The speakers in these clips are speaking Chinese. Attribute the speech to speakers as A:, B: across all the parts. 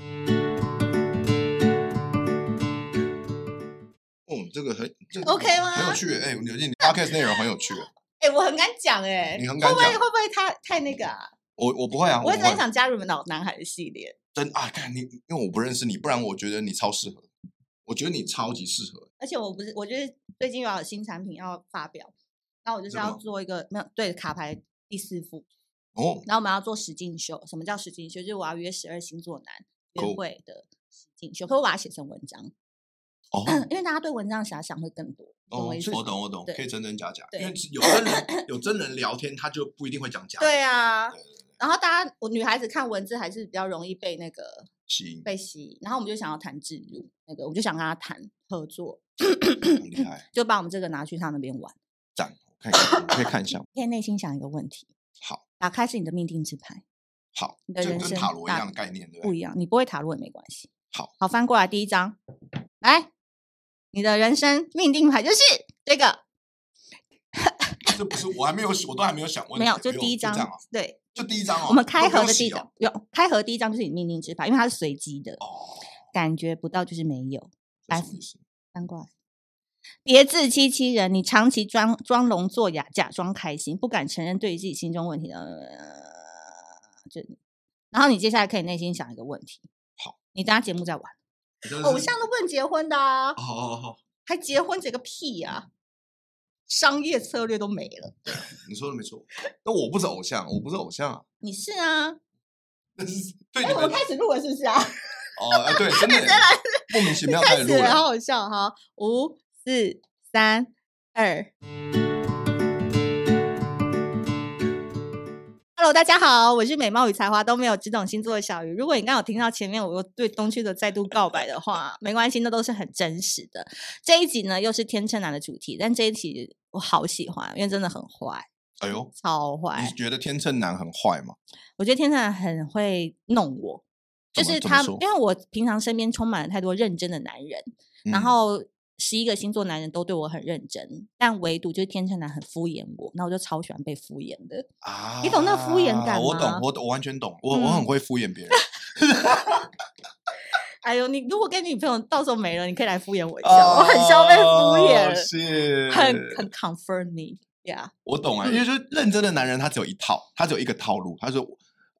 A: 哦这个很这
B: OK 吗
A: 很有趣，哎，刘静，你 podcast 内容很有趣，
B: 哎、我很敢讲哎、
A: 你很
B: 会
A: 敢
B: 不会
A: 讲
B: 会。不会太太那个啊？
A: 我我不会啊，
B: 我一
A: 不
B: 直很
A: 会
B: 想加入你们老男孩的系列，
A: 真啊，看你，因为我不认识你，不然我觉得你超适合，我觉得你超级适合。
B: 而且我不是，我就是最近又要有新产品要发表，然后我就是
A: 真的
B: 要
A: 吗
B: 做一个没有对卡牌第四副，
A: 哦，
B: 然后我们要做实境秀。什么叫实境秀？就是我要约十二星座男约
A: Cool
B: 会的实境秀，可我把它写成文章，
A: 哦，
B: 因为大家对文章的遐想会更多，懂嗯我
A: 哦
B: 意思，吗？
A: 我懂我懂，
B: 对
A: 可以真真假假，因
B: 对
A: 为有真人有真人聊天，他就不一定会讲假的，
B: 对啊
A: 对对对，
B: 然后大家我女孩子看文字还是比较容易被那个
A: 吸引，
B: 被吸引，然后我们就想要谈置入，那个我就想跟他谈合作，
A: 很厉害，
B: 就把我们这个拿去他那边玩。
A: 赞，我看一下，我可以看一下吗，
B: 可以内心想一个问题，
A: 好，
B: 打开是你的命定之牌，
A: 好，
B: 你的
A: 这个
B: 人
A: 跟
B: 生
A: 塔罗一
B: 大
A: 样的概念，对不
B: 不
A: 对？
B: 一样，你不会塔罗也没关系。
A: 好，
B: 好，翻过来第一张，来，你的人生命定牌就是这个，
A: 这不是我还没有，我都还没有想问题，
B: 没有，就
A: 不用
B: 第一张，
A: 就这样啊，
B: 对，
A: 就第一张哦，
B: 我们
A: 都
B: 开
A: 不用
B: 盒的第
A: 洗
B: 一
A: 哦
B: 张，有开盒第一张就是你命定之牌，因为它是随机的，
A: 哦，
B: 感觉不到就是没有。
A: 这
B: 来
A: 什么意思？
B: 翻过来。别自欺欺人，你长期装装聋作哑，假装开心，不敢承认对于自己心中问题的、呃就然后你接下来可以内心想一个问题。
A: 好，
B: 你等下节目再玩。
A: 你真的是
B: 偶哦像都不能结婚的、啊，
A: 哦哦哦，
B: 还结婚结个屁呀、商业策略都没了。
A: 你说的没错，那我不是偶像，我不是偶像啊，
B: 你是啊？
A: 但是对
B: 哎、
A: 你
B: 我
A: 们
B: 们开始录了是不是啊？
A: 哦，啊 对，真的莫名其妙开
B: 开
A: 始
B: 始
A: 录
B: 了，
A: 了，
B: 好好笑哈！五、四、三、二。Hello，大家好，我是美貌与才华都没有，只懂星座的小鱼。如果你刚好听到前面我又对东区的再度告白的话，没关系，那都是很真实的。这一集呢，又是天秤男的主题，但这一集我好喜欢，因为真的很坏，
A: 哎呦，
B: 超坏
A: 你。觉得天秤男很坏吗？
B: 我觉得天秤男很会弄我，就
A: 怎么
B: 是
A: 怎么
B: 他，
A: 说
B: 因为我平常身边充满了太多认真的男人，然
A: 嗯
B: 后十一个星座男人都对我很认真，但唯独就是天秤男很敷衍我，那我就超喜欢被敷衍的。
A: 啊，
B: 你懂那敷衍感
A: 我懂
B: 吗，
A: 我懂我完全懂，我我很
B: 嗯
A: 会敷衍 别人
B: 哎呦，你如果跟女朋友到时候没了，你可以来敷衍我一下，我很需要被敷
A: 哦
B: 衍，
A: 是
B: 很很 confirm me。Yeah，
A: 我懂啊，因
B: 嗯
A: 为就是认真的男人，他只有一套，他只有一个套路，他说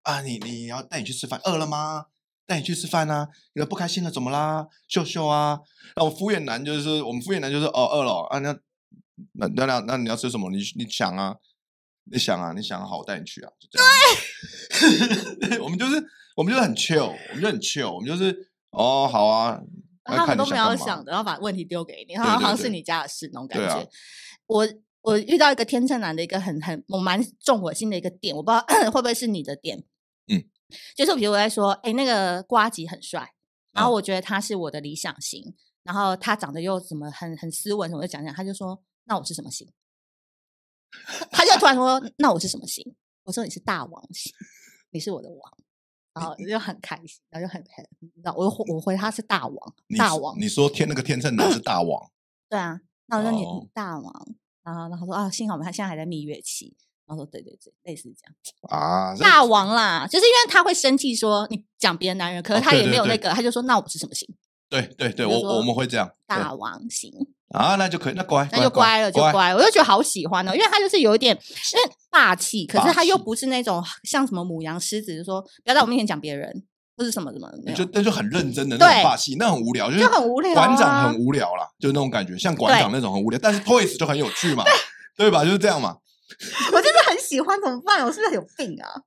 A: 啊，你你要带你去吃饭，饿了吗？带你去吃饭啊，你不开心了怎么啦？秀秀啊，那我敷衍男就是我们敷衍男就是哦饿了哦啊，那那那那那你要吃什么？你你想啊，你想啊，你想啊好，我带你去啊，就这样。 对，我们就是我们就是很 chill，我们就很 chill，我们就是哦好啊，那
B: 他
A: 看
B: 们
A: 你
B: 都没有
A: 干嘛
B: 想的，然后把问题丢 给你，
A: 对
B: 好像
A: 对
B: 是
A: 对
B: 你家的事那种感
A: 对啊
B: 觉。我我遇到一个天秤男的一个很很我蛮重我心的一个点，我不知道 会不会是你的点。
A: 嗯，
B: 就是比如我在说，哎、那个瓜吉很帅，然
A: 嗯
B: 后我觉得他是我的理想型，然后他长得又怎么很很斯文，什么就讲讲，他就说那我是什么型？他就突然说那我是什么型？我说你是大王型，你是我的王。然后就很开心，然后就很很，然后我回我回他是大王，
A: 你
B: 大
A: 说
B: 王，
A: 你说天那个天秤男是大 王，
B: 对啊，那我说你
A: 哦
B: 大王，然后然后说啊，幸好我们还现在还在蜜月期。然后说对对对，类似这样。
A: 啊，这
B: 大王啦，就是因为他会生气说你讲别的男人，可是
A: 哦
B: 他
A: 对
B: 也
A: 对
B: 没有那
A: 对
B: 个，他就说那我是什么型？
A: 对对对，
B: 比如
A: 我我
B: 说
A: 们会这样。对
B: 大王型，
A: 啊，那就可以，那乖，
B: 那就乖了，就
A: 乖。
B: 乖。我就觉得好喜欢哦，因为他就是有一点，因为霸气，可
A: 霸
B: 是他又
A: 气
B: 不是那种像什么母羊、狮子，就说不要在我面前讲别人，或是什么什么，没
A: 你
B: 有
A: 就那就很认真的那种
B: 对
A: 霸气，那很无聊，就是
B: 就很无聊。啊
A: 馆长很，无聊啦，就是那种感觉，像馆长那种很无聊，但是 Toys 就很有趣嘛，对吧？就是这样嘛。
B: 我真的很喜欢，怎么办？我是不是有病啊？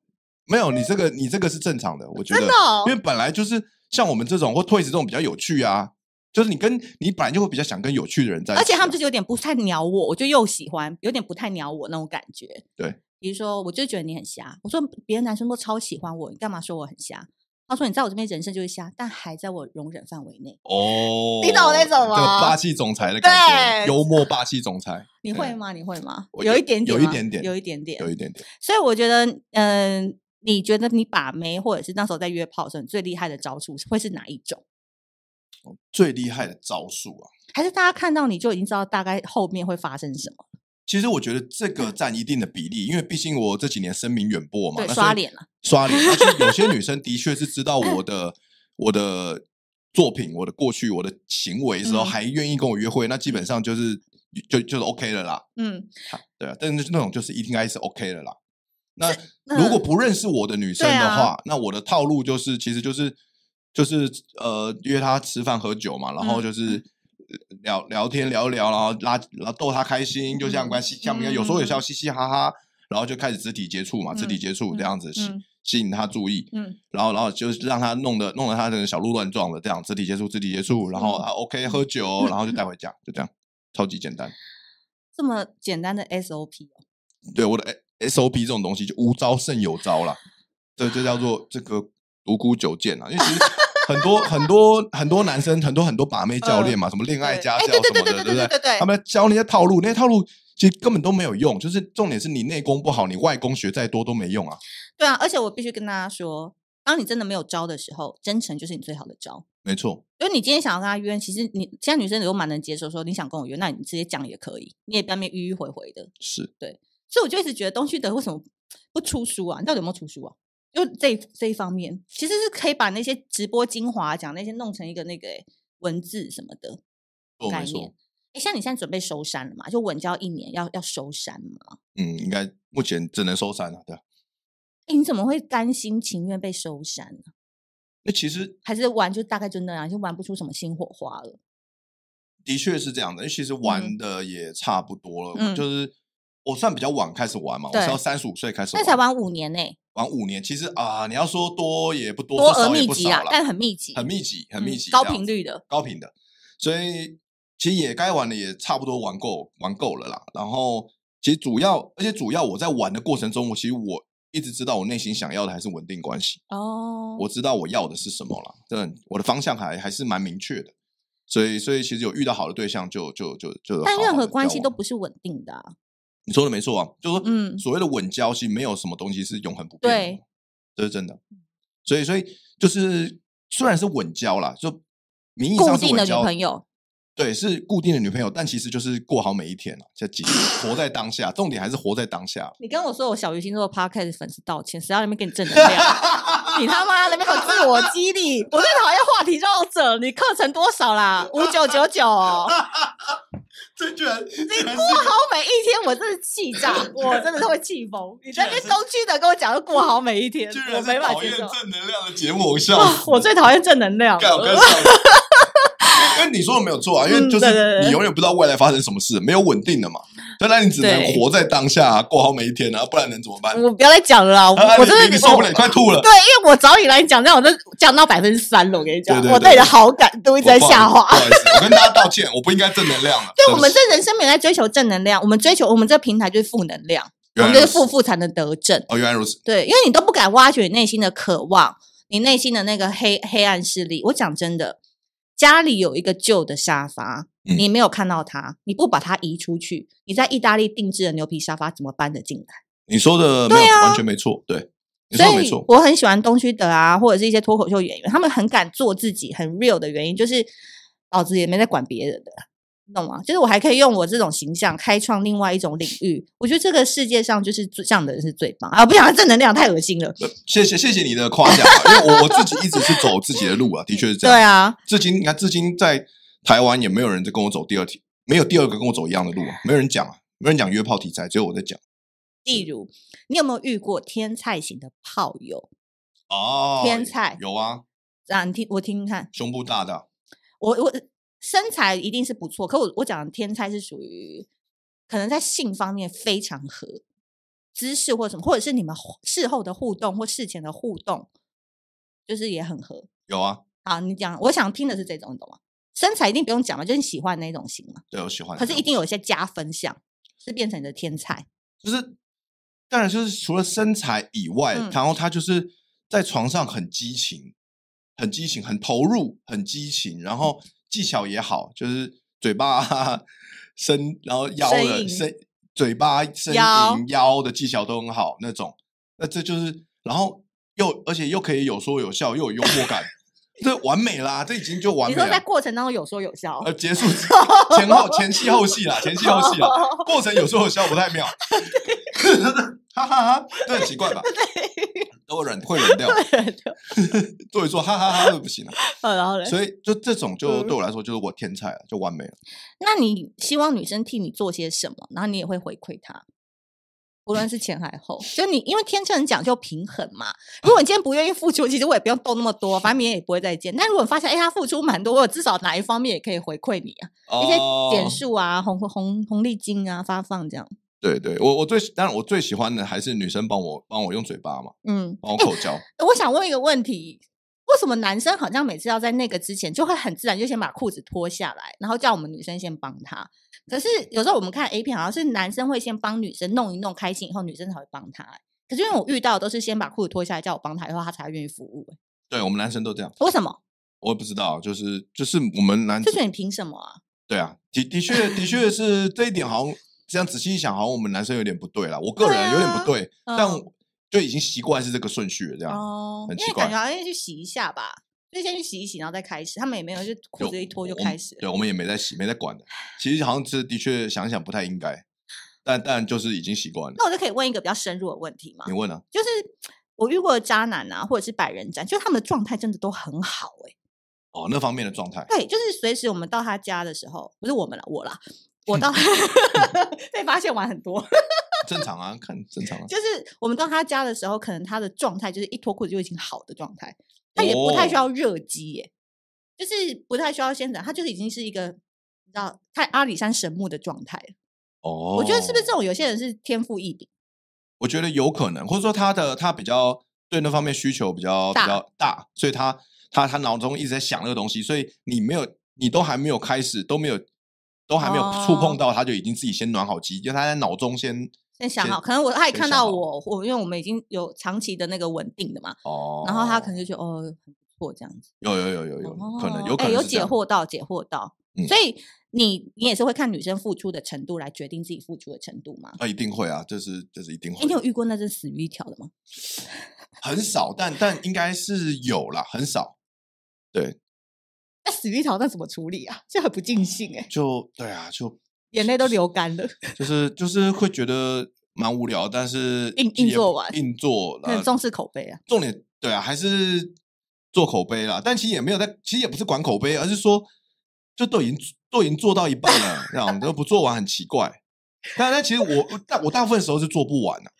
A: 没有你这个，你这个是正常的，我觉得，
B: 真的哦
A: 因为本来就是像我们这种或 Toys 这种比较有趣啊，就是你跟你本来就会比较想跟有趣的人在一起啊、
B: 而且他们就是有点不太鸟我，我就又喜欢，有点不太鸟我那种感觉。
A: 对，
B: 比如说，我就觉得你很瞎，我说别的男生都超喜欢我，你干嘛说我很瞎？他说你在我这边人生就是瞎，但还在我容忍范围内。
A: 哦，
B: 你懂那种吗哦
A: 这个霸气总裁的感觉，
B: 对
A: 幽默霸气总裁，
B: 你
A: 对
B: 会吗？你会吗？
A: 哎我
B: 有
A: 有
B: 一点点
A: 有一
B: 吗
A: 点点
B: 有一点点
A: 有。一点点。
B: 所以我觉得，嗯、你觉得你把妹，或者是那时候在约炮的时候，你最厉害的招数会是哪一种？
A: 最厉害的招数啊，
B: 还是大家看到你就已经知道大概后面会发生什么？
A: 其实我觉得这个占一定的比例，因为毕竟我这几年声名远播嘛，
B: 对，
A: 那所以
B: 刷脸了。
A: 刷脸，而且有些女生的确是知道我的我的作品、我的过去、我的行为的时候，
B: 嗯
A: 还愿意跟我约会，那基本上就是就就是 OK 了啦。
B: 嗯，
A: 他对啊，但是那种就是一定该是 OK 了啦。那
B: 那
A: 如果不认识我的女生
B: 对
A: 的
B: 啊
A: 话，那我的套路就是，其实就是就是呃约她吃饭喝酒嘛，然后
B: 嗯
A: 就是聊聊天聊一聊，然后拉然后逗她开心，就
B: 嗯
A: 像关系像有时候也是要嘻嘻哈哈，然后就开始肢体接触嘛，肢体
B: 嗯
A: 接触这样子吸
B: 嗯
A: 吸引她注意，
B: 嗯
A: 然后然后就是让她弄得弄得她的小鹿乱撞的这样肢体接触肢体接触，然后
B: 嗯
A: 啊 OK 喝酒，然后就带回家，就这样超级简单。
B: 这么简单的 SOP 哦，
A: 对我的 S O P 这种东西，就无招胜有招啦，这这叫做这个独孤九剑啊。因为其实很多很多很多男生，很多很多把妹教练嘛，什么恋爱
B: 嗯对
A: 家
B: 哎
A: 教
B: 对
A: 什
B: 对
A: 么
B: 对
A: 的，
B: 对
A: 不
B: 对
A: 对？
B: 对对，
A: 他们教那些套路，那些套路其实根本都没有用，就是重点是你内功不好，你外功学再多都没用啊。
B: 对啊，而且我必须跟大家说，当你真的没有招的时候，真诚就是你最好的招。
A: 没错，
B: 因为你今天想要跟他约，其实你现在女生都蛮能接受，说你想跟我约，那你直接讲也可以，你也不要面迂迂回回的。
A: 是
B: 所以我就一直觉得东旭德为什么不出书啊？你到底有没有出书啊？就这一这一方面，其实是可以把那些直播精华讲那些弄成一个那个、欸文字什么的
A: 错
B: 概
A: 没错
B: 念。。哎、像你现在准备收山了嘛？就稳交一年要要收山嘛？
A: 嗯，应该目前只能收山了，对吧、啊
B: 哎、你怎么会甘心情愿被收山呢、
A: 那其实
B: 还是玩就大概就那样，就玩不出什么新火花了。
A: 的确是这样的，因为其实玩的也差不多了，
B: 嗯
A: 就是我算比较晚开始玩嘛，我是
B: 对
A: 要三十五岁开始
B: 那
A: 玩，
B: 才玩五年呢、
A: 玩五年，其实啊，你要说多也不多，
B: 多
A: 说
B: 而
A: 少也
B: 密
A: 不
B: 集
A: 少
B: 啊
A: 啦，，
B: 但很密集，
A: 很密集，很密
B: 嗯
A: 集，
B: 高
A: 这样
B: 频
A: 子，
B: 率的。
A: 高频的，所以其实也该玩的也差不多玩够，玩够了啦。然后其实主要，而且主要我在玩的过程中，我其实我一直知道我内心想要的还是稳定关系，
B: 哦，
A: 我知道我要的是什么啦，这我的方向还还是蛮明确的。所以，所以其实有遇到好的对象就，就就就
B: 但
A: 好
B: 任
A: 好
B: 何
A: 地
B: 关
A: 交
B: 系
A: 往
B: 都不是稳定的、啊。
A: 你说的没错啊，就是说，
B: 嗯
A: 所谓的稳交，其实没有什么东西是永恒不变的
B: 对
A: 嘛，这是真的。所以，所以就是虽然是稳交啦，就名义
B: 固
A: 上是
B: 定的
A: 稳
B: 女
A: 交，
B: 朋友，
A: 对，是固定的女朋友，但其实就是过好每一天啊， 这几天活在当下，重点还是活在当下。
B: 你跟我说我小鱼星座 podcast 粉丝道歉，谁要那边给你正能量？你他妈那边给我自我激励！我最讨厌话题绕者，你课程多少啦？五九九 九，我
A: 这居 然，你
B: 好每一天，我真是气炸，我真的是会气疯。你在那边
A: 居然是
B: 东区的跟我讲要过好每一天，
A: 居
B: 我
A: 然
B: 没
A: 是
B: 法
A: 讨
B: 接
A: 厌
B: 受。
A: 正能量的节目，我 笑
B: 啊
A: 死
B: 我最讨厌正能量
A: 干，我跟
B: 了。
A: 上。因为你说的没有错啊，因为
B: 嗯
A: 就
B: 对对
A: 是
B: 对
A: 你永远不知道未来发生什么事，没有稳定的嘛，所以那你只能
B: 对
A: 活在当下、啊，过好每一天啊，不然能怎么办？
B: 我不要再讲了啦，我
A: 啊
B: 我
A: 你
B: 真的
A: 你你受不了，你快吐了。
B: 对，因为我找你来讲，这样我就降到百分之三了。我跟你讲，
A: 对对
B: 我
A: 对
B: 对你的好感都一
A: 我
B: 直在下滑
A: 不。好意思，不好意思我跟大家道歉，我不应该正能量了。
B: 对，
A: 不
B: 我们这人生没有在追求正能量，我们追求我们这平台就是负能量，我
A: 原
B: 们
A: 来
B: 就是
A: 如此
B: 负负才能得正。
A: 哦，原来如此，
B: 对，因为你都不敢挖掘你内心的渴望，你内心的那个黑黑暗势力。我讲真的，家里有一个旧的沙发，
A: 嗯
B: 你没有看到它，你不把它移出去，你在意大利定制的牛皮沙发怎么搬得进来？
A: 你说的没
B: 对
A: 有
B: 啊
A: 完全没错，对，你
B: 所
A: 说的没
B: 以
A: 错，
B: 我很喜欢东区德啊，或者是一些脱口秀演员，他们很敢做自己，很 real 的原因就是老子也没在管别人的，你懂吗？就是我还可以用我这种形象开创另外一种领域。我觉得这个世界上就是最这样的人是最棒啊！不想要正能量太恶心了。
A: 呃谢谢谢谢你的夸奖啊， 因为我我自己一直是走自己的路啊，的确是这
B: 对
A: 样。
B: 啊，
A: 至今你看，至今在台湾也没有人在跟我走第二题，没有第二个跟我走一样的路啊，没有人讲啊，没有人讲约炮题材，只有我在讲。
B: 例如你有没有遇过天菜型的炮友？
A: 哦，
B: 天菜
A: 有啊，
B: 啊，你听我听听看，
A: 胸部大的，
B: 我我身材一定是不错，可我我讲的天菜是属于可能在性方面非常合，姿势或什么，或者是你们后事后的互动或事前的互动，就是也很合。
A: 有啊，
B: 好，你讲，我想听的是这种，你懂吗？身材一定不用讲嘛，就是你喜欢那种型嘛。
A: 对我喜欢。
B: 可是一定有一些加分项，是变成你的天才。
A: 就是，当然就是除了身材以外，
B: 嗯
A: 然后他就是在床上很激情，很激情，很投入，很激情，然后技巧也好，就是嘴巴、 啊、伸，然后腰
B: 呻
A: 的
B: 吟
A: 伸，嘴巴伸
B: 腰
A: 引腰的技巧都很好那种。那这就是，然后又而且又可以有说有笑，又有幽默 感，这完美啦！这已经就完
B: 你
A: 美啊
B: 说在
A: 了。
B: 过程当中有说有笑，，
A: 呃，结束前后前戏后戏啦，前戏后戏啦，过程有时候有效不太妙，哈哈哈，这很奇怪吧？会软会软掉
B: 对
A: 对我说哈哈哈不行啊。
B: 呃然后嘞，
A: 所以就这种就
B: 嗯
A: 对我来说就是我天才了，就完美了。
B: 那你希望女生替你做些什么？然后你也会回馈她，无论是前还后。就你，因为天秤讲究平衡嘛。如果你今天不愿意付出，其实我也不用动那么多，反正明天也不会再见。但如果你发现，哎、她付出蛮多，我至少哪一方面也可以回馈你啊，一些
A: 哦
B: 点数啊、红红红利金啊发放这样。
A: 对对，我我最喜当然我最喜欢的还是女生帮我帮我用嘴巴嘛，
B: 嗯，
A: 帮我口交。
B: 我想问一个问题。为什么男生好像每次要在那个之前就会很自然就先把裤子脱下来，然后叫我们女生先帮他？可是有时候我们看 A 片，好像是男生会先帮女生弄一弄开心以后，女生才会帮他欸、可是因为我遇到的都是先把裤子脱下来叫我帮他，以后他才愿意服务欸、
A: 对我们男生都这样，
B: 为什么？
A: 我也不知道，就是就是我们男
B: 就，是你凭什么啊？
A: 对啊，的的确的确是这一点，好像这样仔细一想，好像我们男生有点不对啦。我个
B: 对
A: 人有点
B: 啊
A: 不对，
B: 嗯
A: 但我就已经习惯是这个顺序了，这样。
B: 哦，
A: 很
B: 因
A: 奇
B: 为
A: 怪
B: 感觉好像要去洗一下吧，就先去洗一洗，然后再开始。他们也没有，就裤
A: 就
B: 子一脱就
A: 我们
B: 开始了。
A: 对，我们也没在洗，没在管的。其实好像是的确想想不太应该，但但就是已经习惯了。
B: 那我就可以问一个比较深入的问题吗
A: 你？问啊，
B: 就是我遇过的渣男啊，或者是百人斩，就是他们的状态真的都很好哎、
A: 哦，那方面的状态，
B: 对，就是随时我们到他家的时候，不是我们啦，我啦，我到
A: 嗯
B: 被发现玩很多，
A: 正常啊，看正常啊。
B: 就是我们到他家的时候，可能他的状态就是一脱裤子就已经好的状态，他也不太需
A: 哦
B: 要热机耶、就是不太需要先整，他就是已经是一个你知道太阿里山神木的状态了。
A: 哦，
B: 我觉得是不是这？种有些人是天赋异禀？
A: 我觉得有可能，或者说他的他比较对那方面需求比较比
B: 大
A: 较大，所以他他他脑中一直在想那个东西，所以你没有你都还没有开始，都没有都还没有触
B: 哦
A: 碰到，他就已经自己先暖好机，就他在脑中先
B: 先想
A: 先
B: 好，可能我他也
A: 先
B: 看
A: 想
B: 到
A: 好
B: 我，我因为我们已经有长期的那个稳定的嘛，
A: 哦，
B: 然后他可能就觉得哦很不错这样子，
A: 有有有有有可能
B: 哦
A: 有可
B: 哎
A: 能
B: 有
A: 是这
B: 解
A: 样
B: 惑到解惑到，
A: 嗯
B: 所以你你也是会看女生付出的程度来决定自己付出的程度吗？
A: 啊，一定会啊，这是这是一定
B: 哎、
A: 会
B: 你有
A: 的，
B: 遇过那只死鱼一条的吗？
A: 很少，但但应该是有啦，很少，对，
B: 那死鱼一条那怎么处理啊？ 这很不尽兴哎、
A: 就对啊，就
B: 眼泪都流干了，
A: 就是就是会觉得蛮无聊，但是
B: 硬硬
A: 也
B: 做
A: 不
B: 完
A: 硬做，
B: 很
A: 呃
B: 重视口碑啊。
A: 重点对啊，还是做口碑啦。但其实也没有在，其实也不是管口碑，而是说就都已经都已经做到一半了，这样都不做完很奇怪。但但其实我我大我大部分时候是做不完的、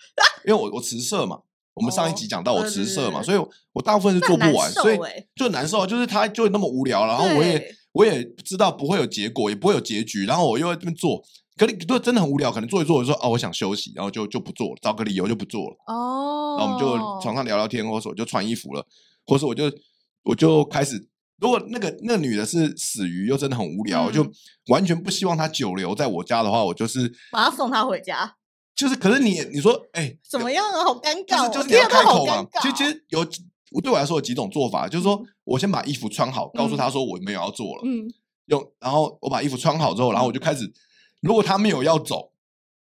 A: 因为我我辞社嘛，我们上一
B: 哦
A: 集讲到我
B: 对
A: 辞
B: 对
A: 社嘛，
B: 对
A: 所以我我大部分是
B: 那
A: 做
B: 很
A: 不
B: 难
A: 完，所以
B: 受欸
A: 就很难受啊，就是他就那么无聊，然后我也
B: 对
A: 我也知道不会有结果，也不会有结局，然后我又在这边做。可是如果真的很无聊，可能做一做，我就说哦，我想休息，然后就就不做了，找个理由就不做了。
B: 哦，
A: 然后我们就床上聊聊天，或者说我就穿衣服了，或者说我就我就开始，如果那个那女的是死鱼，又真的很无聊，就
B: 嗯
A: 完全不希望她久留在我家的话，我就是
B: 把他送他回家，
A: 就是，可是你你说，哎、
B: 怎么样啊？好尴
A: 就
B: 尬、
A: 是
B: 哦，
A: 就是你
B: 听
A: 要
B: 了
A: 开
B: 都好
A: 口嘛
B: 尴，尬
A: 其实其
B: 哦
A: 实有几对我来说有几种做法，就是说我先把衣服穿好，告诉
B: 嗯
A: 她说我没有要做了，
B: 嗯，
A: 用然后我把衣服穿好之后，然后我就开始，如果她没有要走。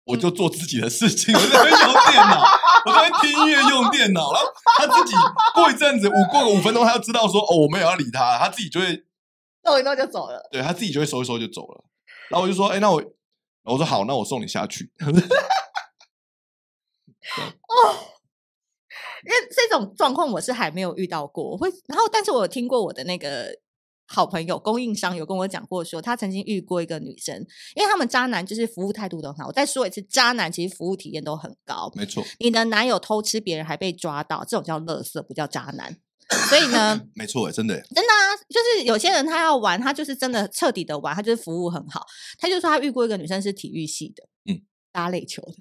A: 我就做自己的事情，我在那边用电脑，我在那边听音乐用电脑，然后他自己过一阵子，五过个五分钟，他就知道说哦，我们也要理他，他自己就会
B: 弄一弄就走了。
A: 对他自己就会收一收就走了。然后我就说，哎、那我我说好，那我送你下去。
B: 因为这种状况我是还没有遇到过，我会，然后但是我有听过我的那个好朋友供应商有跟我讲过说，他曾经遇过一个女生，因为他们渣男就是服务态度都很好。我再说一次，渣男其实服务体验都很高。
A: 没错，
B: 你的男友偷吃别人还被抓到，这种叫垃圾，不叫渣男。所以呢，
A: 没错，真的耶，
B: 真的啊，就是有些人他要玩，他就是真的彻底的玩，他就是服务很好。他就说他遇过一个女生是体育系的，
A: 嗯，
B: 打垒球的，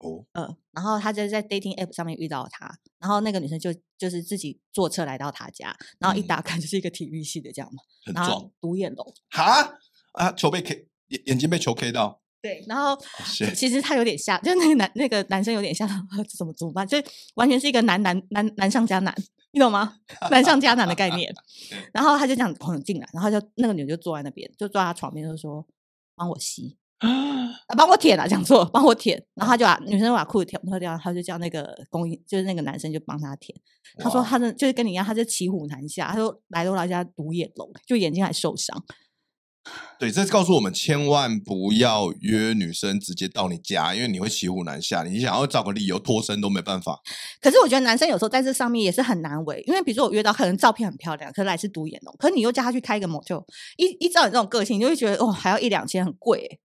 A: 哦，
B: 嗯，然后他就在 dating app 上面遇到他，然后那个女生就就是自己坐车来到他家，然后一
A: 嗯
B: 打开就是一个体育系的这样嘛，
A: 很
B: 然后
A: 壮
B: 独 眼龙，
A: 哈啊！球被 K 眼眼睛被球 K 到，
B: 对，然后
A: 哦谢
B: 其实他有点吓，就是那个男那个男生有点吓到， 这怎么怎么办？就是完全是一个男男男男上加男，你懂吗？难上加难的概 念
A: 对。
B: 然后他就这样狂进来，然后就那个女的就坐在那边，就坐在他床边，就说帮我吸，啊，帮我舔啊，讲错，帮我舔。然后他就把女生把裤子舔脱掉，他就叫那个工应，就是那个男生就帮他舔。他说
A: 哇
B: 他的就是跟你一样，他就骑虎难下，他说来都来家独眼龙，就眼睛还受伤。
A: 对，这告诉我们千万不要约女生直接到你家，因为你会骑虎难下。你想要找个理由脱身都没办法。
B: 可是我觉得男生有时候在这上面也是很难为，因为比如说我约到可能照片很漂亮，可是来是独眼龙，可是你又叫他去开一个 motel，一一照你这种个性，你就会觉得哦还要一两千很贵欸，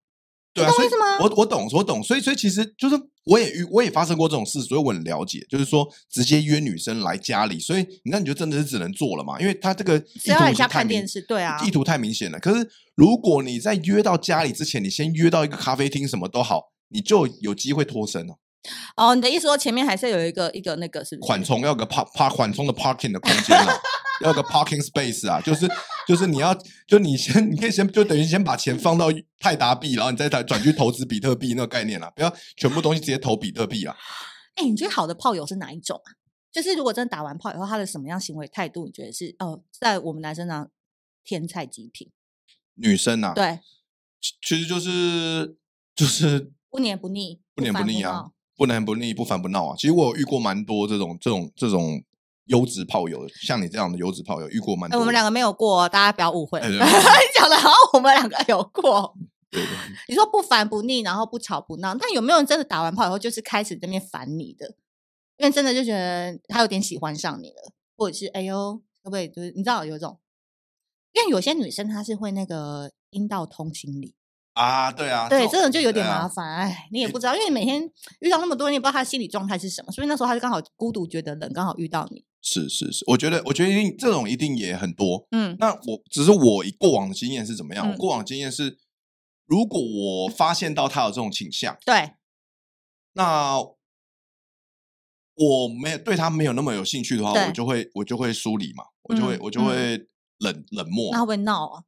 A: 对啊，
B: 你懂
A: 所
B: 我
A: 以
B: 意思吗
A: 我我懂，我懂。所以所以其实就是我也遇我也发生过这种事，所以我很了解，就是说直接约女生来家里，所以那你就真的是只能做了嘛，因为他这个意
B: 只要
A: 图
B: 人
A: 已经
B: 家
A: 太
B: 看
A: 明
B: 电视，对啊，
A: 意图太明显了。可是如果你在约到家里之前，你先约到一个咖啡厅，什么都好，你就有机会脱身哦。
B: 哦，你的意思说前面还是有一个一个那个是不是？
A: 缓冲要有个 park park 缓冲的 parking 的空间 啊，要有个 parking space 啊，就是就是你要就你先你可以先就等于先把钱放到泰达币，然后你再转去投资比特币那个概念啊啦、不要全部东西直接投比特币啊。
B: 哎、你觉得好的炮友是哪一种啊？就是如果真的打完炮以后，他的什么样行为态度，你觉得是哦，在我们男生呢，天菜极品，
A: 女生啊，
B: 对，
A: 其其实就是就是
B: 不黏不腻，
A: 不黏
B: 烦
A: 不腻啊
B: 闹，，
A: 不男不腻，不烦不闹啊。其实我有遇过蛮多这种这种这种优质炮友的，像你这样的优质炮友遇过蛮
B: 哎、
A: 多的。
B: 我们两个没有过、哦，大家不要误会。
A: 哎对
B: 你
A: 对对
B: 讲的好像我们两个有过。
A: 对对
B: 你说不烦不腻，然后不吵不闹，但有没有人真的打完炮以后就是开始在那边烦你的？因为真的就觉得他有点喜欢上你了，或者是哎呦，可不可以？就是你知道有一种，因为有些女生她是会那个阴道通心理，
A: 啊，对啊，
B: 对，这种就有点
A: 对啊
B: 麻烦。哎，你也不知道，因为你每天遇到那么多人，你也不知道他的心理状态是什么，所以那时候他就刚好孤独觉得冷，刚好遇到你。
A: 是是是，我觉得，我觉得一定这种一定也很多。
B: 嗯，
A: 那我只是我以过往的经验是怎么样？我
B: 嗯
A: 过往的经验是，如果我发现到他有这种倾向，
B: 对，
A: 那我没有对他没有那么有兴趣的话，
B: 对
A: 我就会我就会疏离嘛，我就会、
B: 嗯
A: 我就会冷冷漠
B: 那。会不会闹啊？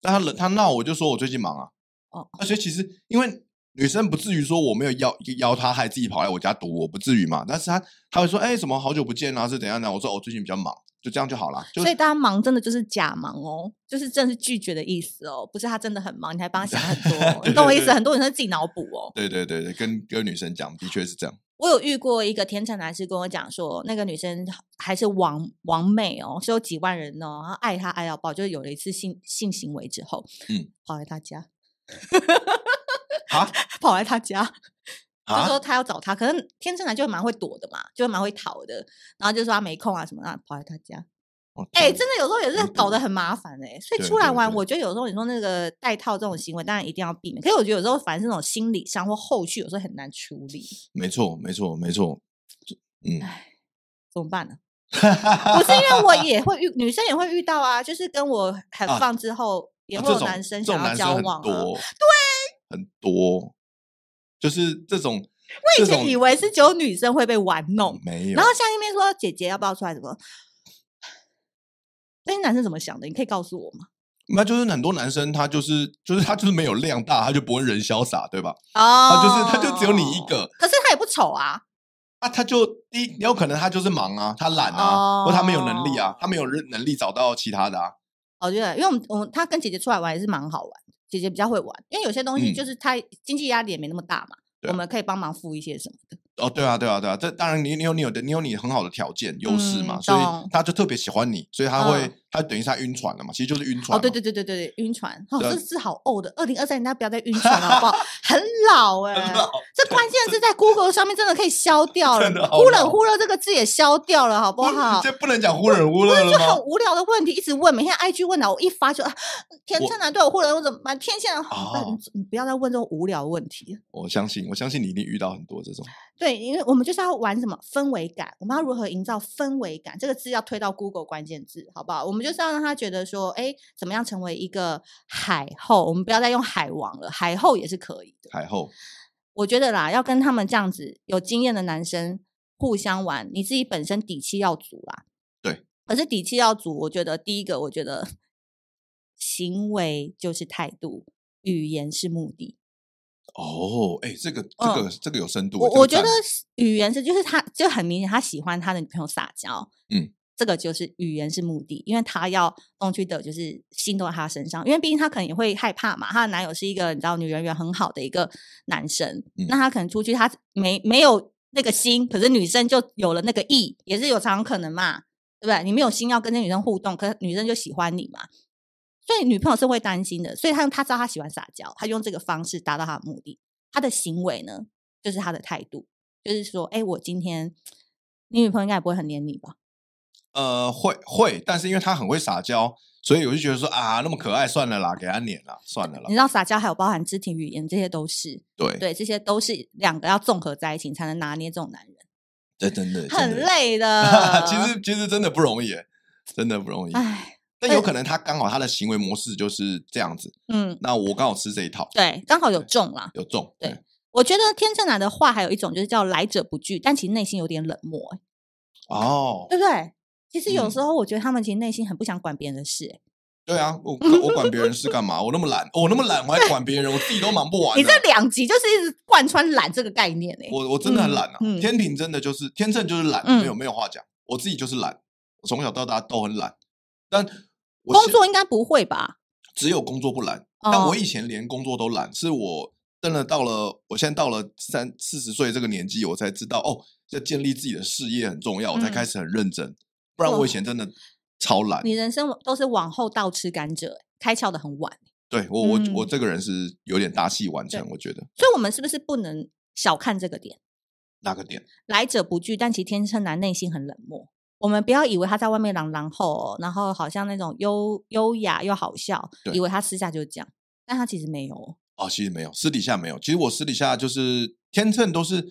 A: 但他冷他闹，我就说我最近忙啊。
B: 哦，
A: 那所以其实因为女生不至于说我没有邀邀她，还自己跑来我家堵我，不至于嘛。但是她她会说，哎、什么好久不见啊，是怎样的？我说我、哦最近比较忙，就这样就好了。就
B: 所以大家忙真的就是假忙哦，就是真的是拒绝的意思哦，不是他真的很忙，你还帮他想很多哦、
A: 对
B: 你懂我意
A: 对
B: 思？
A: 对
B: 很多人是自己脑补哦。
A: 对对对对，跟跟女生讲，的确是这样。
B: 我有遇过一个天才男士跟我讲说，那个女生还是王王妹哦，是有几万人哦，然后爱她爱到爆，就是有了一次性性行为之后，
A: 嗯，
B: 跑来他家，
A: 啊
B: 跑来他家，就说
A: 啊！
B: 他要找他，可能天秤男就蛮会躲的嘛，就蛮会逃的，然后就说他没空啊什么啊，跑来他家。
A: 哦
B: 哎、
A: 天
B: 真的有时候也是
A: 很
B: 搞
A: 堵
B: 得很麻烦哎、所以
A: 嗯对
B: 出来
A: 对
B: 玩，
A: 对
B: 我觉得有时候你说那个戴套这种行为，当然一定要避免。可是我觉得有时候反正是那种心理上或后续有时候很难处理，
A: 没错没错没错，嗯，
B: 怎么办呢？
A: 不
B: 不是因为 我也会遇，女生也会遇到啊，就是跟我很
A: 啊
B: 放之后， 也会有男生
A: 这种
B: 想要
A: 男
B: 交
A: 生很
B: 往啊。
A: 多，对，很多，就是这种。
B: 我
A: 我
B: 以前以为是只有女生会被玩弄，
A: 没有，
B: 然后下一面说姐姐要不要出来怎么？那些男生怎么想的？你可以告诉我吗？
A: 那就是很多男生他就是就是他就是没有量大，他就不会人潇洒，对吧？
B: 哦
A: 他啊就是他就只有你一个，
B: 可是他也不丑啊。
A: 啊，他就第一有可能他就是忙啊，他懒啊，或他没有能力啊
B: 哦，
A: 他没有人能力找到其他的啊。
B: 我觉得，哦因为我们我们他跟姐姐出来玩也是蛮好玩，姐姐比较会玩，因为有些东西
A: 嗯
B: 就是他经济压力也没那么大嘛，
A: 对
B: 我
A: 啊
B: 们可以帮忙付一些什么的。
A: 哦，对啊，对啊，对啊，这当然你你有你有的你有你很好的条件优势嘛，
B: 嗯
A: 所
B: 懂
A: 以他就特别喜欢你，所以他会、
B: 嗯
A: 他等于是他晕船了嘛，其实就是晕船嘛。
B: 哦，对对对对对，晕船，哦，
A: 对啊
B: 这是好 old 的，二零二三年大家不要再晕船了，好不 好？很老哎、
A: 很老
B: 这关键 字在 Google 上面真的可以消掉了
A: 真的，好
B: 忽冷
A: 老嗯
B: 忽热这个字也消掉了， 好不好？
A: 这不能讲忽冷忽热了
B: 很
A: 吗？
B: 无聊的问题一直问，每天 IG 问到我一发就啊，天
A: 我
B: 秤男对我忽然我怎么办？天蝎男，
A: 哦
B: 你你不要再问这种无聊的问题了。
A: 我相信，我相信你一定遇到很多这种。
B: 对，因为我们就是要玩什么氛围感，我们要如何营造氛围感？这个字要推到 Google 关键字，好不好？我们就是要让他觉得说，哎，怎么样成为一个海后？我们不要再用海王了，海后也是可以的。
A: 海后，
B: 我觉得啦，要跟他们这样子有经验的男生互相玩，你自己本身底气要足啦。
A: 对。
B: 可是底气要足，我觉得第一个，我觉得 行为就是态度，语言是目的。
A: 哦，哎，这个这个、这个有深度。
B: 嗯我
A: 这个
B: 我觉
A: 赞
B: 得是语言是，就是他就很明显，他喜欢他的女朋友撒娇，
A: 嗯，
B: 这个就是语言是目的，因为他要弄去的就是心都在他身上，因为毕竟他可能也会害怕嘛，她的男友是一个你知道女人缘很好的一个男生，
A: 嗯
B: 那他可能出去他没没有那个心，可是女生就有了那个意，也是有常可能嘛，对不对？你没有心要跟那女生互动，可是女生就喜欢你嘛，所以女朋友是会担心的，所以他用他知道他喜欢撒娇，他用这个方式达到他的目的。他的行为呢，就是他的态度，就是说，哎、我今天你女朋友应该也不会很黏你吧？
A: 呃，会会，但是因为他很会撒娇，所以我就觉得说啊，那么可爱，算了啦，给他撵啦，算了啦
B: 你。知道撒娇还有包含肢体语言，这些都是
A: 对
B: 对，这些都是两个要综合在一起你才能拿捏这种男人，
A: 对，真的
B: 很。累
A: 真
B: 的
A: 的。 其实其实真的不容易耶，真的不容易。
B: 哎，
A: 但有可能他刚好他的行为模式就是这样子，
B: 嗯，
A: 那我刚好吃这一套，
B: 对，刚好有中啦。
A: 有中。
B: 对我觉得天秤男的话还有一种就是叫来者不拒，但其实内心有点冷漠、欸，
A: 哦，
B: 对不对？其实有
A: 嗯
B: 时候我觉得他们其实内心很不想管别人的事、欸。
A: 对啊，我我管别人事干嘛？我那么懒，哦我那么懒，我还管别人，我自己都忙不完
B: 你
A: 呢。
B: 这两集就是一直贯穿懒这个概念哎、
A: 我我真的很懒啊
B: 嗯嗯！
A: 天平真的就是天秤就是懒，
B: 嗯
A: 没有没有话讲。我自己就是懒，我从小到大都很懒，但我
B: 工
A: 现
B: 作应该不会吧？
A: 只有工作不懒，
B: 哦
A: 但我以前连工作都懒，是我真的到了我现在到了三四十岁这个年纪，我才知道哦，要建立自己的事业很重要，我才
B: 嗯
A: 开始很认真，不然
B: 哇
A: 我以前真的超懒。
B: 你人生都是往后倒吃甘蔗欸、开窍的很晚欸、
A: 对我我
B: 嗯
A: 我这个人是有点大器晚成，
B: 对
A: 我觉得
B: 所以我们是不是不能小看这个点？
A: 哪个点？
B: 来者不拒，但其实天秤男内心很冷漠。我们不要以为他在外面朗朗后，然后好像那种优优雅又好笑，
A: 对
B: 以为他私下就是这样，但他其实没有哦。
A: 哦，其实没有，私底下没有。其实我私底下就是天秤都是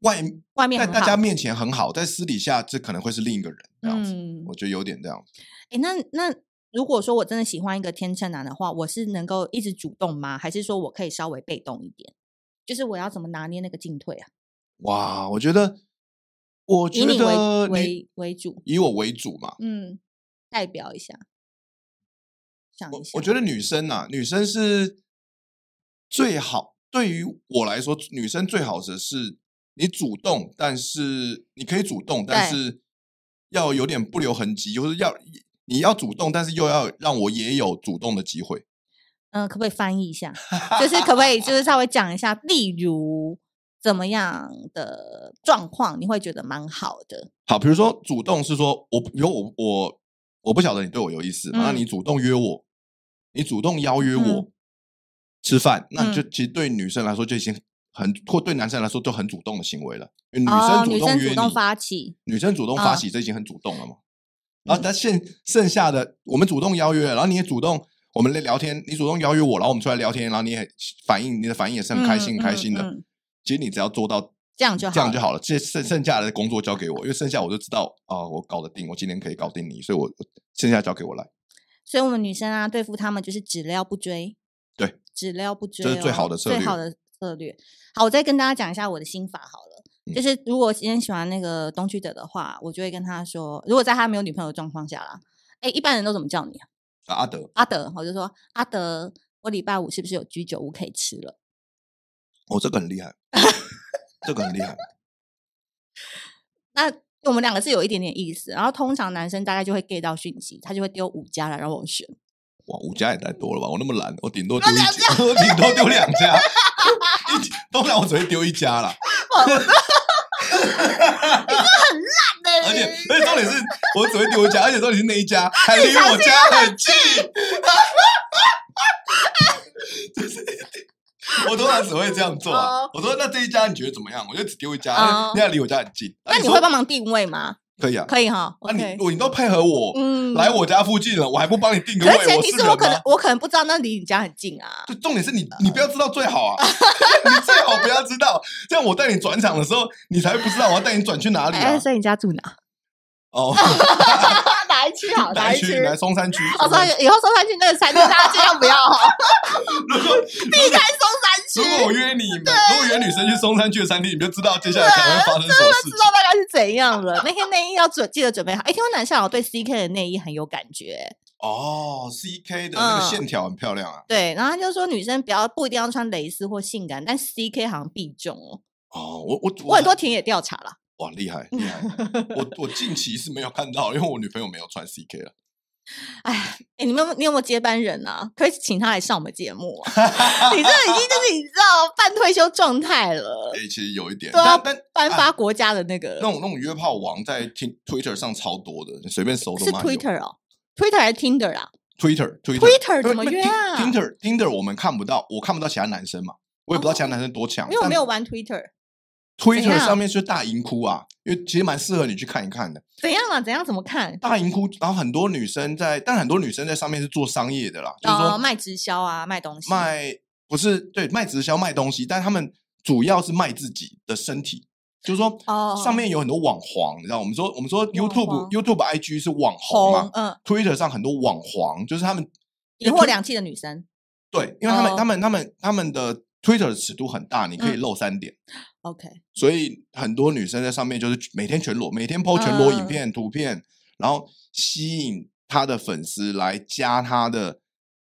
A: 外
B: 外面
A: 在
B: 很好
A: 大家面前很好，在私底下这可能会是另一个人这样子。
B: 嗯
A: 我觉得有点这样子。
B: 哎，那那如果说我真的喜欢一个天秤男的话，我是能够一直主动吗？还是说我可以稍微被动一点？就是我要怎么拿捏那个进退啊？
A: 哇，我觉得，我
B: 以
A: 觉
B: 你
A: 得你
B: 为为为主，
A: 以我为主嘛。
B: 嗯，代表一下，想
A: 我
B: 一下，
A: 我觉得女生啊，女生是最好。对于我来说，女生最好的是你主动，但是你可以主动，但
B: 对
A: 是要有点不留痕迹，就是要你要主动，但是又要让我也有主动的机会。
B: 嗯、可不可以翻译一 下？就是可不可以就是稍微讲一下，例如怎么样的状况你会觉得蛮好的？
A: 好，比如说主动是说我，比如我我我不晓得你对我有意思，那、
B: 嗯
A: 你主动约我，你主动邀约我、
B: 嗯
A: 吃饭，那就其实对女生来说就已经很，或对男生来说都很主动的行为了。因为女
B: 哦
A: 生
B: 女
A: 主
B: 生
A: 动约
B: 主
A: 你，
B: 动发起，
A: 女生主动发
B: 嗯
A: 起，这已经很主动了嘛。然后
B: 嗯
A: 但剩剩下的我们主动邀约，然后你也主动。我们聊天，你主动邀约我，然后我们出来聊天，然后你也反应，你的反应也是很开心、
B: 嗯
A: 开心的。
B: 嗯嗯
A: 其实你只要做到
B: 这样就好，
A: 这样就。好了。这剩剩下的工作交给我，因为剩下我就知道啊、我搞得定，我今天可以搞定你，所以我我剩下交给我来，
B: 所以我们女生啊，对付他们就是只撩不追，
A: 对，
B: 只撩不追、哦，
A: 这是最好的策
B: 最好的策略。好，我再跟大家讲一下我的心法好了。
A: 嗯
B: 就是如果今天喜欢那个东区者的话，我就会跟他说，如果在他没有女朋友的状况下啦，哎，一般人都怎么叫你啊？
A: 啊阿德，
B: 阿德，我就说阿德，我礼拜五是不是有居酒屋可以吃了？
A: 哦，这个很厉 害，这个很厉害，
B: 那我们两个是有一点点意思，然后通常男生大概就会 get 到讯息，他就会丢五家来让我选。
A: 哇，五家也太多了吧？我那么懒，我顶多丢一家， 我顶多丢两家， 一通常我只会丢一家啦。而且而且重点是我只会丢一家，而且重点是那一家还离我家很 近。就是我通常只会这样做啊
B: 哦。
A: 我说那这一家你觉得怎么样？我就只丢一家，
B: 哦
A: 那家离我家很近。啊
B: 那你
A: 说
B: 会帮忙定位吗？
A: 可以啊？
B: 可以哈
A: 那你
B: ，OK。
A: 我你都配合我
B: 嗯
A: 来我家附近了，我还不帮你定个
B: 可是
A: 位？
B: 前
A: 我
B: 提
A: 是
B: 是我
A: 人
B: 可能
A: 吗？
B: 我可能不知道那离你家很近啊。
A: 就重点是你，你不要知道最好 啊，你最好不要知道，这样我带你转场的时候，你才会不知道我要带你转去哪里啊。
B: 哎所以你家住哪？
A: 哦，
B: 哪一 区好？
A: 南
B: 哪一
A: 区，
B: 区？
A: 南松山区。
B: 我
A: 松
B: 说
A: 山区
B: 以后松山区那个餐厅，大家尽量不要哈，
A: 如果
B: 避开松
A: 如
B: 山区
A: 果，我约你们，如果约女生去松山区的餐厅，你就知道接下来可能会发生什么事情。
B: 知道大概是怎样了。 那天内衣要准记得准备好。哎，听说南向我对 CK 的内衣很有感觉，
A: 哦，CK 的那个
B: 嗯
A: 线条很漂亮啊。
B: 对。然后他就说女生不要不一定要穿蕾丝或性感，但 CK 好像必中哦。
A: 哦，我我
B: 我很多田野调查啦，
A: 哇，厉害厉 害！我我近期是没有看到，因为我女朋友没有穿 CK 了。
B: 哎，你们有没有你有没有接班人啊？可以请他来上我们节目啊、 你这已经就是你知道半退休状态了
A: 哎、，其实有一点，
B: 对啊
A: 但但
B: 颁发
A: 啊
B: 国家的那个
A: 那种那种约炮王在听 Twitter 上超多的，你随便搜都
B: 是
A: 蛮有
B: Twitter 哦，Twitter 还是 Tinder 啊？
A: Twitter Twitter
B: Twitter
A: 因为
B: 怎么
A: 因为
B: 约
A: Tin-
B: 啊
A: Tinder Tinder 我们看不到，我看不到其他男生嘛，我也不知道其他男生多强。
B: 哦因为我
A: 但
B: 没有玩 Twitter，怎
A: Twitter
B: 样
A: 上面就是大银窟啊，因为其实蛮适合你去看一看的。
B: 怎样啊？怎样怎么看？
A: 大银窟，然后很多女生在，但很多女生在上面是做商业的啦，就是
B: 呃，
A: 说
B: 卖直销啊，卖东西，
A: 卖不是对卖直销卖东西，但他们主要是卖自己的身体，就是说
B: 哦
A: 上面有很多网黄，你知道我们说我们说 YouTube
B: 黄
A: YouTube IG 是网红
B: 红
A: 嘛，
B: 嗯，
A: Twitter 上很多网黄，就是他们
B: 一货两气的女生
A: 对，因为他们、
B: 哦
A: 他们他们他们的 Twitter 的尺度很大，你可以
B: 嗯
A: 露三点，
B: ，OK，
A: 所以很多女生在上面就是每天全裸，每天 po 全裸影
B: 嗯
A: 片、图片，然后吸引她的粉丝来加她的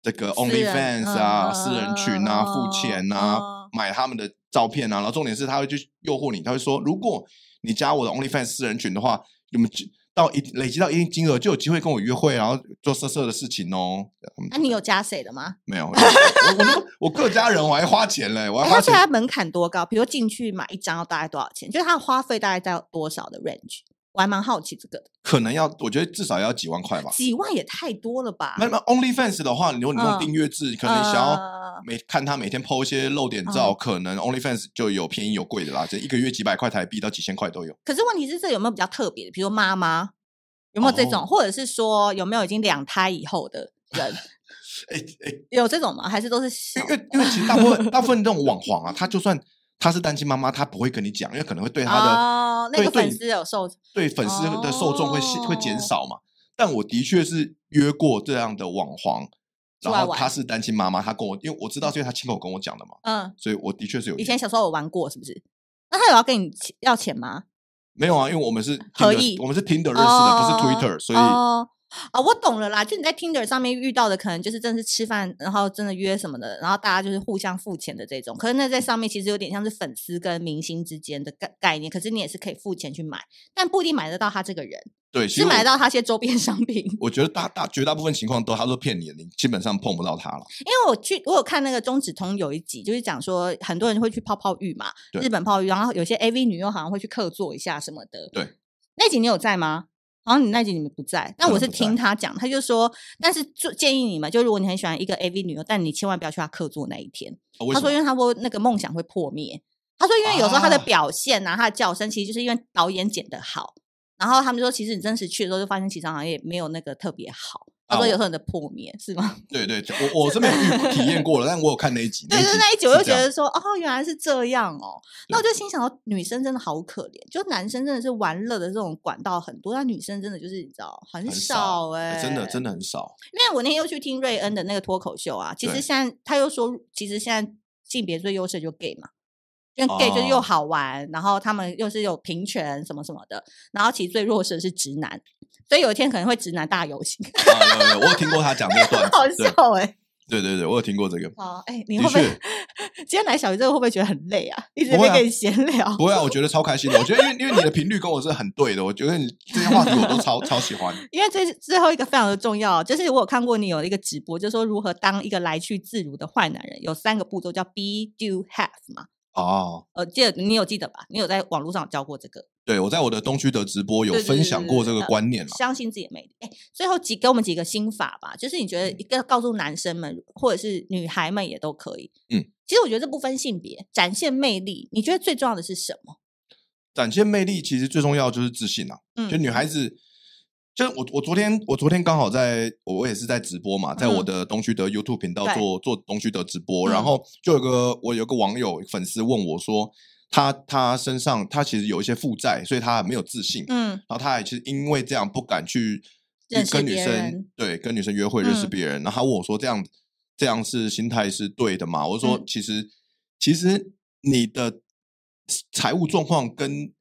A: 这个
B: 私人
A: OnlyFans 啊、
B: 嗯
A: 私人群啊、付钱啊、
B: 嗯
A: 买他们的照片啊，然后重点是他会去诱惑你，他会说，如果你加我的 OnlyFans 私人群的话，你们就到一累积到一定金额就有机会跟我约会，然后做色色的事情哦。
B: 那你有加谁的吗？
A: 没有，我我我我各家人我还花钱嘞，我还
B: 哎
A: 花
B: 它对
A: 钱。
B: 它门槛多高？比如进去买一张要大概多少钱？就是它的花费大概在多少的 range？我还蛮好奇这个的，
A: 可能要，我觉得至少要几万块吧。
B: 几万也太多了
A: 哦
B: 吧？
A: 那那 OnlyFans 的话，你如果你用
B: 嗯
A: 订阅制，可能你想要
B: 呃
A: 每看他每天 PO 一些露点
B: 嗯
A: 照，可能 OnlyFans 就有便宜有贵的啦，这一个月几百块台币到几千块都有。
B: 可是问题是，这有没有比较特别的？比如说妈妈有没有这种，
A: 哦
B: 或者是说有没有已经两胎以后的 人
A: 哎哎，
B: 有这种吗？还是都是小
A: 因为因为其实大部分大部分这种网黄啊，他就算他是单亲妈妈，他不会跟你讲，因为可能会对他的、
B: 哦，那
A: 对
B: 个
A: 对
B: 粉丝有受
A: 对粉丝的受众会、
B: 哦
A: 会减少嘛。但我的确是约过这样的网黄，
B: 出
A: 然
B: 来
A: 后
B: 玩
A: 他是单亲妈妈，他跟我因为我知道，是因为他亲口跟我讲的嘛，
B: 嗯，
A: 所以我的确是有
B: 以
A: 约
B: 前小时候有玩过，是不是？那他有要跟你钱要钱吗？
A: 没有啊，因为我们是
B: 合
A: Tinder-
B: 意
A: 我们是 Tinder 认识的，
B: 哦
A: 不是 Twitter，所以、
B: 哦啊、我懂了啦，就你在 Tinder 上面遇到的，可能就是真的是吃饭，然后真的约什么的，然后大家就是互相付钱的这种。可是那在上面其实有点像是粉丝跟明星之间的概概念，可是你也是可以付钱去买，但不一定买得到他这个人，
A: 对，其实
B: 是买
A: 我
B: 得到他一些周边商品。
A: 我觉得大大绝大部分情况都他都骗你的，你基本上碰不到他了。
B: 因为我去，我有看那个中指通有一集，就是讲说很多人会去泡泡浴嘛，
A: 对
B: 日本泡浴，然后有些 AV 女优好像会去客座一下什么的。
A: 对，
B: 那集你有在吗？好像你那集你们不在，但
A: 可
B: 我
A: 能
B: 是
A: 不
B: 听
A: 在
B: 他讲，他就说，但是就建议你们，就如果你很喜欢一个 AV 女优，但你千万不要去她客座那一天。
A: 哦为
B: 他
A: 什
B: 说，
A: 么？
B: 因为他会那个梦想会破灭。他说，因为有时候他的
A: 啊
B: 表现啊，他的叫声，其实就是因为导演剪得好。然后他们说，其实你真实去的时候，就发现其实好像也没有那个特别好。他
A: 啊
B: 说，
A: 我
B: 有时候你的破灭是吗？
A: 对对，我我是没有 遇体验过了，但我有看那一集。
B: 对，就是那一集，
A: 是
B: 我就
A: 这
B: 觉
A: 样
B: 得说，哦，原来是这样哦。那我就心想到，女生真的好可怜，就男生真的是玩乐的这种管道很多，但女生真的就是你知道很
A: 很少
B: 少哎、
A: 真的真
B: 的。
A: 的很少。
B: 因为我那天又去听瑞恩的那个脱口秀啊，其实
A: 对
B: 现在他又说，其实现在性别最优势的就 gay 嘛。因为 gay 就是又
A: 哦
B: 好玩，然后他们又是有平权什么什么的，然后其实最弱势的是直男，所以有一天可能会直男大游行，
A: 啊有有我有听过他讲这个段
B: 好
A: 子，对
B: 笑哎、
A: 对对对，我有听过这个。
B: 哦，哎、你
A: 的
B: 会不会
A: 确
B: 今天来小鱼这个会不会觉得很累啊？一直
A: 不会
B: 在
A: 啊
B: 跟你闲聊，
A: 不会啊，我觉得超开心的。我觉得因为因为你的频率跟我是很对的，我觉得你这些话题我都超超喜欢。
B: 因为最最后一个非常的重要，就是我有看过你有一个直播，就说如何当一个来去自如的坏男人，有三个步骤叫 be do have 嘛。
A: 哦，
B: 呃，记得你有记得吧？你有在网络上有教过这个，
A: 对，我在我的东区的直播有
B: 对对
A: 分享过这
B: 对嗯
A: 个
B: 对
A: 观念了。
B: 相信自己的魅力。哎，最后几给我们几个心法吧，就是你觉得
A: 嗯
B: 一个告诉男生们或者是女孩们也都可以。
A: 嗯，
B: 其实我觉得这不分性别，展现魅力，你觉得最重要的是什么？
A: 展现魅力其实最重要就是自信啊。
B: 嗯，
A: 就女孩子，就是我我昨天我昨天刚好在我我也是在直播嘛，在我
B: 嗯
A: 的东区德 YouTube 频道
B: 对
A: 做做东区德直播，
B: 嗯
A: 然后就有个我有个网友粉丝问我说，他他身上他其实有一些负债，所以他没有自信，
B: 嗯
A: 然后他也其实因为这样不敢去
B: 认识
A: 跟女
B: 别
A: 生
B: 人
A: 对跟女生约会认识
B: 嗯
A: 别人，然后他问我说这样这样是心态是对的吗？我就说
B: 嗯
A: 其实、其实你的财务状况跟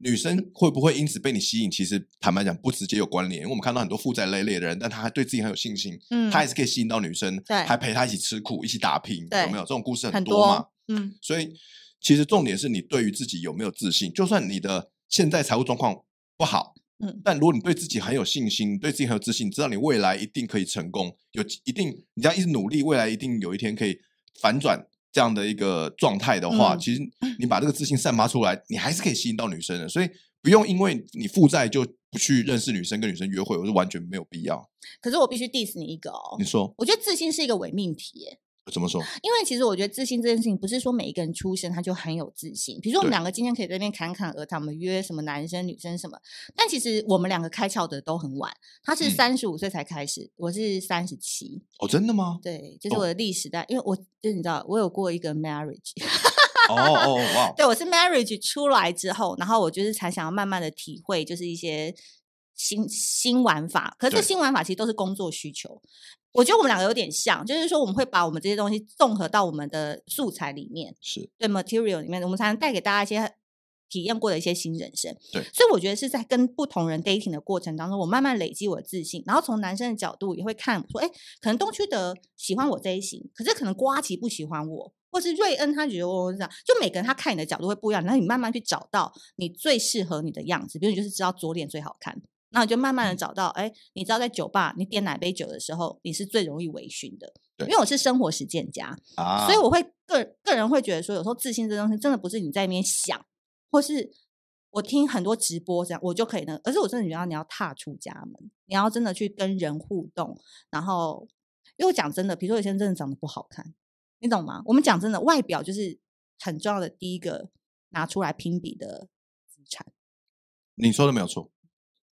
A: 女生会不会因此被你吸引，其实坦白讲不直接有关联，因为我们看到很多负债累累的人，但他还对自己很有信心，
B: 嗯，
A: 他还是可以吸引到女生，
B: 对
A: 还陪她一起吃苦，一起打拼，
B: 对
A: 有没有这种故事
B: 很
A: 多嘛？
B: 嗯
A: 所以其实重点是你对于自己有没有自信。就算你的现在财务状况不好，
B: 嗯
A: 但如果你对自己很有信心，对自己很有自信，知道你未来一定可以成功，有一定你这样一直努力，未来一定有一天可以反转这样的一个状态的话，
B: 嗯
A: 其实你把这个自信散发出来，你还是可以吸引到女生的。所以不用因为你负债就不去认识女生跟女生约会，我是完全没有必要。
B: 可是我必须 diss 你一个哦
A: 你，说
B: 我觉得自信是一个伪命题耶，
A: 怎么说？
B: 因为其实我觉得自信这件事情，不是说每一个人出生他就很有自信。比如说我们
A: 对
B: 两个今天可以在那边侃侃而谈，我们约什么男生女生什么，但其实我们两个开窍的都很晚。他是
A: 嗯
B: 三十五岁才开始，我是三十七，
A: 哦，真的吗？
B: 对，就是我的历史代，因为我就是你知道，我有过一个 marriage，
A: 哦哦哦哇！
B: 对我是 marriage 出来之后，然后我就是才想要慢慢的体会，就是一些新新玩法。可是这
A: 对
B: 新玩法其实都是工作需求。我觉得我们两个有点像，就是说我们会把我们这些东西综合到我们的素材里面。
A: 是
B: 对呃 material 里面，我们才能带给大家一些体验过的一些新人生。
A: 对
B: 所以我觉得是在跟不同人 dating 的过程当中，我慢慢累积我的自信，然后从男生的角度也会看说，哎，可能东区德喜欢我这一型，可是可能瓜吉不喜欢我，或是瑞恩他觉得我这样，就每个人他看你的角度会不一样，然后你慢慢去找到你最适合你的样子，比如你就是知道左脸最好看。然后你就慢
A: 嗯
B: 慢的找到，哎、你知道在酒吧你点哪杯酒的时候，你是最容易微醺的，因
A: 对
B: 为我是生活实践家，
A: 啊，
B: 所以我会个个人会觉得说，有时候自信这东西真的不是你在那边想，或是我听很多直播这样，我就可以呢。而是我真的觉得你要踏出家门，你要真的去跟人互动，然后因为我讲真的，比如说有些人真的长得不好看，你懂吗？我们讲真的，外表就是很重要的第一个拿出来评比的资产。
A: 你说的没有错。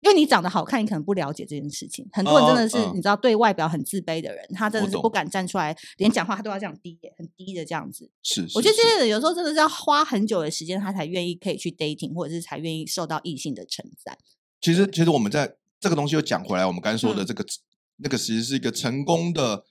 B: 因为你长得好看，你可能不了解这件事情。很多人真的是，
A: 哦哦
B: 你知道，对外表很自卑的人，他真的
A: 我
B: 是不
A: 懂
B: 敢站出来，连讲话他都要这样低、很低的这样子。
A: 是，
B: 我觉
A: 是
B: 得这
A: 是
B: 些人有时候真的是要花很久的时间，他才愿意可以去 dating，或者是才愿意受到异性的称赞。
A: 其实其实我们在这个东西又讲回来，我们刚才说的
B: 嗯
A: 这个、那个其实是一个成功的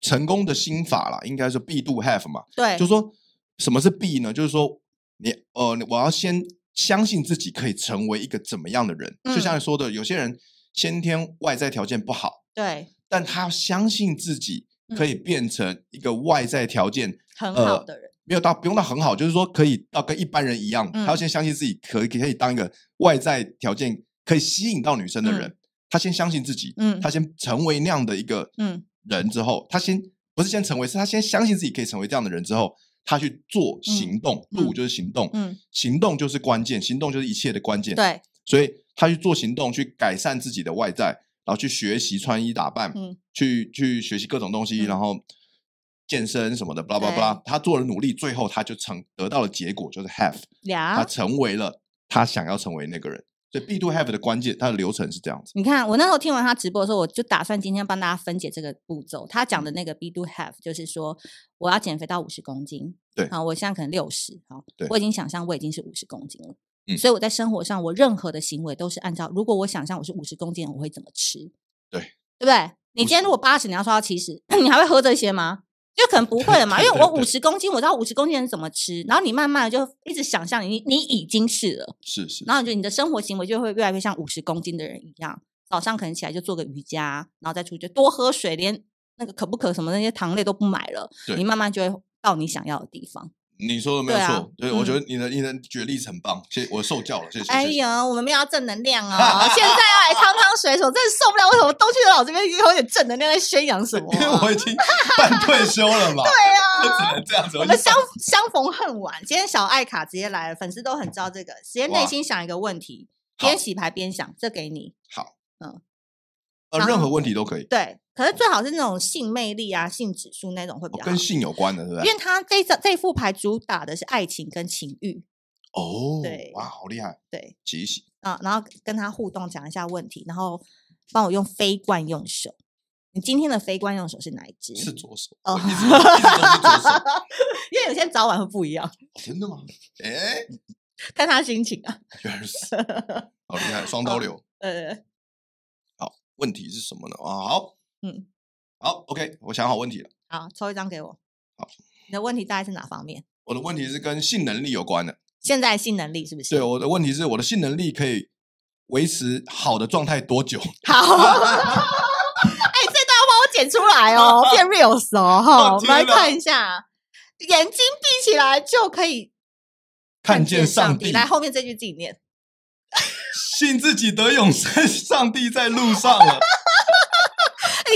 A: 成功的心法啦，应该是必 do have 嘛。
B: 对，
A: 就是说什么是必呢？就是说你呃，我要先相信自己可以成为一个怎么样的人。就像
B: 嗯
A: 你说的，有些人先天外在条件不好，
B: 对，
A: 但他相信自己
B: 嗯
A: 可以变成一个外在条件、
B: 很好
A: 呃
B: 的人，
A: 没有到不用到很好，就是说可以到跟一般人一样，他要
B: 嗯
A: 先相信自己可以可以当一个外在条件可以吸引到女生的人。他先相信自己，
B: 嗯
A: 他先成为那样的一个
B: 嗯
A: 人之后，他先不是先成为，是他先相信自己可以成为这样的人之后，他去做行动，
B: 嗯
A: 度就是行动，
B: 嗯，
A: 行动就是关键，行动就是一切的关键。，
B: 对，
A: 所以他去做行动，去改善自己的外在，然后去学习穿衣打扮，
B: 嗯
A: 去去学习各种东西，
B: 嗯
A: 然后健身什么的，巴拉巴拉巴拉。他做了努力，最后他就成得到了结果，就是 have，、他
B: 俩。
A: 成为了他想要成为那个人。所以 B to have 的关键，它的流程是这样子。
B: 你看，我那时候听完他直播的时候，我就打算今天帮大家分解这个步骤。他讲的
A: 嗯
B: 那个 be do have，就是说我要减肥到五十公斤，
A: 对
B: 好，我现在可能六十，好
A: 对，
B: 我已经想象我已经是五十公斤了，
A: 嗯
B: 所以我在生活上我任何的行为都是按照，如果我想象我是五十公斤，我会怎么吃？
A: 对，
B: 对不对？你今天如果八十，你要瘦到七十， 你还会喝这些吗？就可能不会了嘛，因
A: 对
B: 为
A: 对
B: 我五十公斤，我知道五十公斤人怎么吃，然后你慢慢的就一直想象你你已经是了。
A: 是是，
B: 然后你就你的生活行为就会越来越像五十公斤的人一样，早上可能起来就做个瑜伽，然后再出去就多喝水，连那个可不可什么那些糖类都不买了，
A: 对
B: 你慢慢就会到你想要的地方。
A: 你说的没有
B: 对啊
A: 错，对,、我觉
B: 嗯
A: 得你的你的举例子很棒，谢谢我受教了，谢谢。
B: 哎
A: 谢谢
B: 呀，我们没有要正能 量哦，现在要来汤汤水水，我真的受不了，为什么东区老这边有点正能量在宣扬什么
A: 因为
B: 啊、
A: 我已经半退休了嘛，
B: 对
A: 我
B: 啊。
A: 只能这样子。
B: 我
A: 我
B: 们
A: 就
B: 相相逢恨晚，今天小艾卡直接来了，粉丝都很知道这个。直接内
A: 哇
B: 心想一个问题，
A: 好
B: 边洗牌边想，这给你。
A: 好，
B: 嗯
A: 嗯，呃，
B: 然
A: 任
B: 后
A: 何问题都可以，
B: 对，可是最好是那种性魅力啊、性指数那种会比
A: 哦
B: 较好，
A: 跟性有关的，对不
B: 因
A: 对？
B: 为它这张这副牌主打的是爱情跟情欲，
A: 哦
B: 对，
A: 哇，好厉害，
B: 对
A: 洗一洗，
B: 啊，然后跟他互动讲一下问题，然后帮我用非惯用手。你今天的非惯用手是哪一只？
A: 是左手，
B: 哦
A: 我一直一直都是左手，哦
B: 因为有些人早晚会不一样，
A: 真的吗？哎，
B: 看他心情啊。
A: 原来如此，好厉害，双刀流。
B: 呃，
A: 问题是什么呢？啊，好，
B: 嗯，
A: 好，OK，我想好问题了。
B: 好，抽一张给我。
A: 好，
B: 你的问题大概是哪方面？
A: 我的问题是跟性能力有关的，
B: 现在性能力是不是？
A: 对，我的问题是我的性能力可以维持好的状态多久？
B: 好。哎，这段要帮我剪出来哦，变 reels 哦，哈，
A: 哦
B: 我们来
A: 天哪
B: 看一下，眼睛闭起来就可以
A: 看见上
B: 上
A: 帝，
B: 来，后面这句自己念。
A: 信自己得永生，上帝在路上了。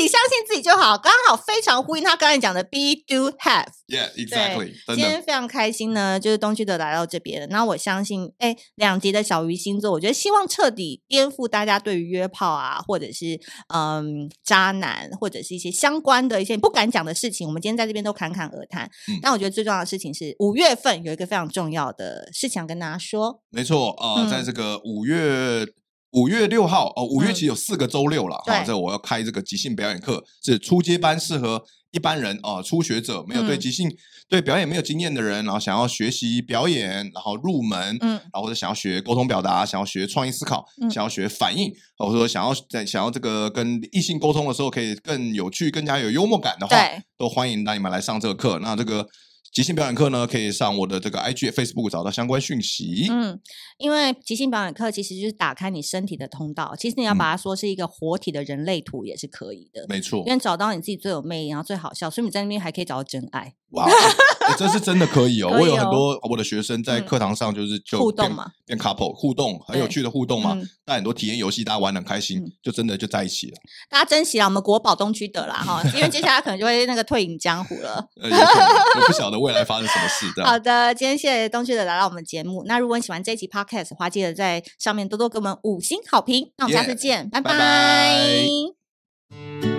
B: 你相信自己就好，刚好非常呼应他刚才讲的 be do have。
A: Yeah, exactly，
B: 今
A: 真
B: 天
A: 的
B: 非常开心呢，就是东区的来到这边，那我相信，哎，两集的小鱼星座，我觉得希望彻底颠覆大家对于约炮啊，或者是嗯渣男，或者是一些相关的一些不敢讲的事情，我们今天在这边都侃侃而谈。
A: 嗯
B: 但我觉得最重要的事情是，五月份有一个非常重要的事情想跟大家说，
A: 没错啊、呃
B: 嗯
A: 在这个五月。五月六号哦，五月
B: 嗯
A: 其实有四个周六了哈、
B: 对
A: 这我要开这个即兴表演课，是初阶班，适合一般人啊、呃初学者，没有对
B: 嗯
A: 即兴、对表演没有经验的人，然后想要学习表演，然后入门，
B: 嗯，
A: 然后或者想要学沟通表达，想要学创意思考，
B: 嗯
A: 想要学反应，或者说想要在想要这个跟异性沟通的时候可以更有趣、更加有幽默感的话，
B: 对，
A: 都欢迎让你们来上这个课。那这个即兴表演课呢，可以上我的这个 IG、Facebook 找到相关讯息。
B: 嗯，因为即兴表演课其实就是打开你身体的通道，其实你要把它说是一个活体的人类图也是可以的。
A: 嗯没错
B: 因，为找到你自己最有魅力，然后最好笑，所以你在那边还可以找到真爱
A: 哇、欸欸这是真的可以哦！
B: 可以
A: 我有很
B: 哦
A: 多我的学生在
B: 嗯
A: 课堂上就是就
B: 互动
A: 变
B: 嘛。
A: 变 couple 互动，很有
B: 对
A: 趣的互动嘛
B: 嗯，
A: 带、很多体验游戏，大家玩得很开心，
B: 嗯
A: 就真的就在一 起了。
B: 大家珍惜啊，我们国宝东区的啦哈，因为接下来可能就会那个退隐江湖 了。
A: 呃，有可能我不晓得未来发生什么事，这样。
B: 好的，今天谢谢东区的来到我们节目。那如果你喜欢这一期 podcast 的话，记得在上面多多给我们五星好评。那我们下次
A: Yeah，
B: 见，拜
A: 拜
B: 拜
A: 拜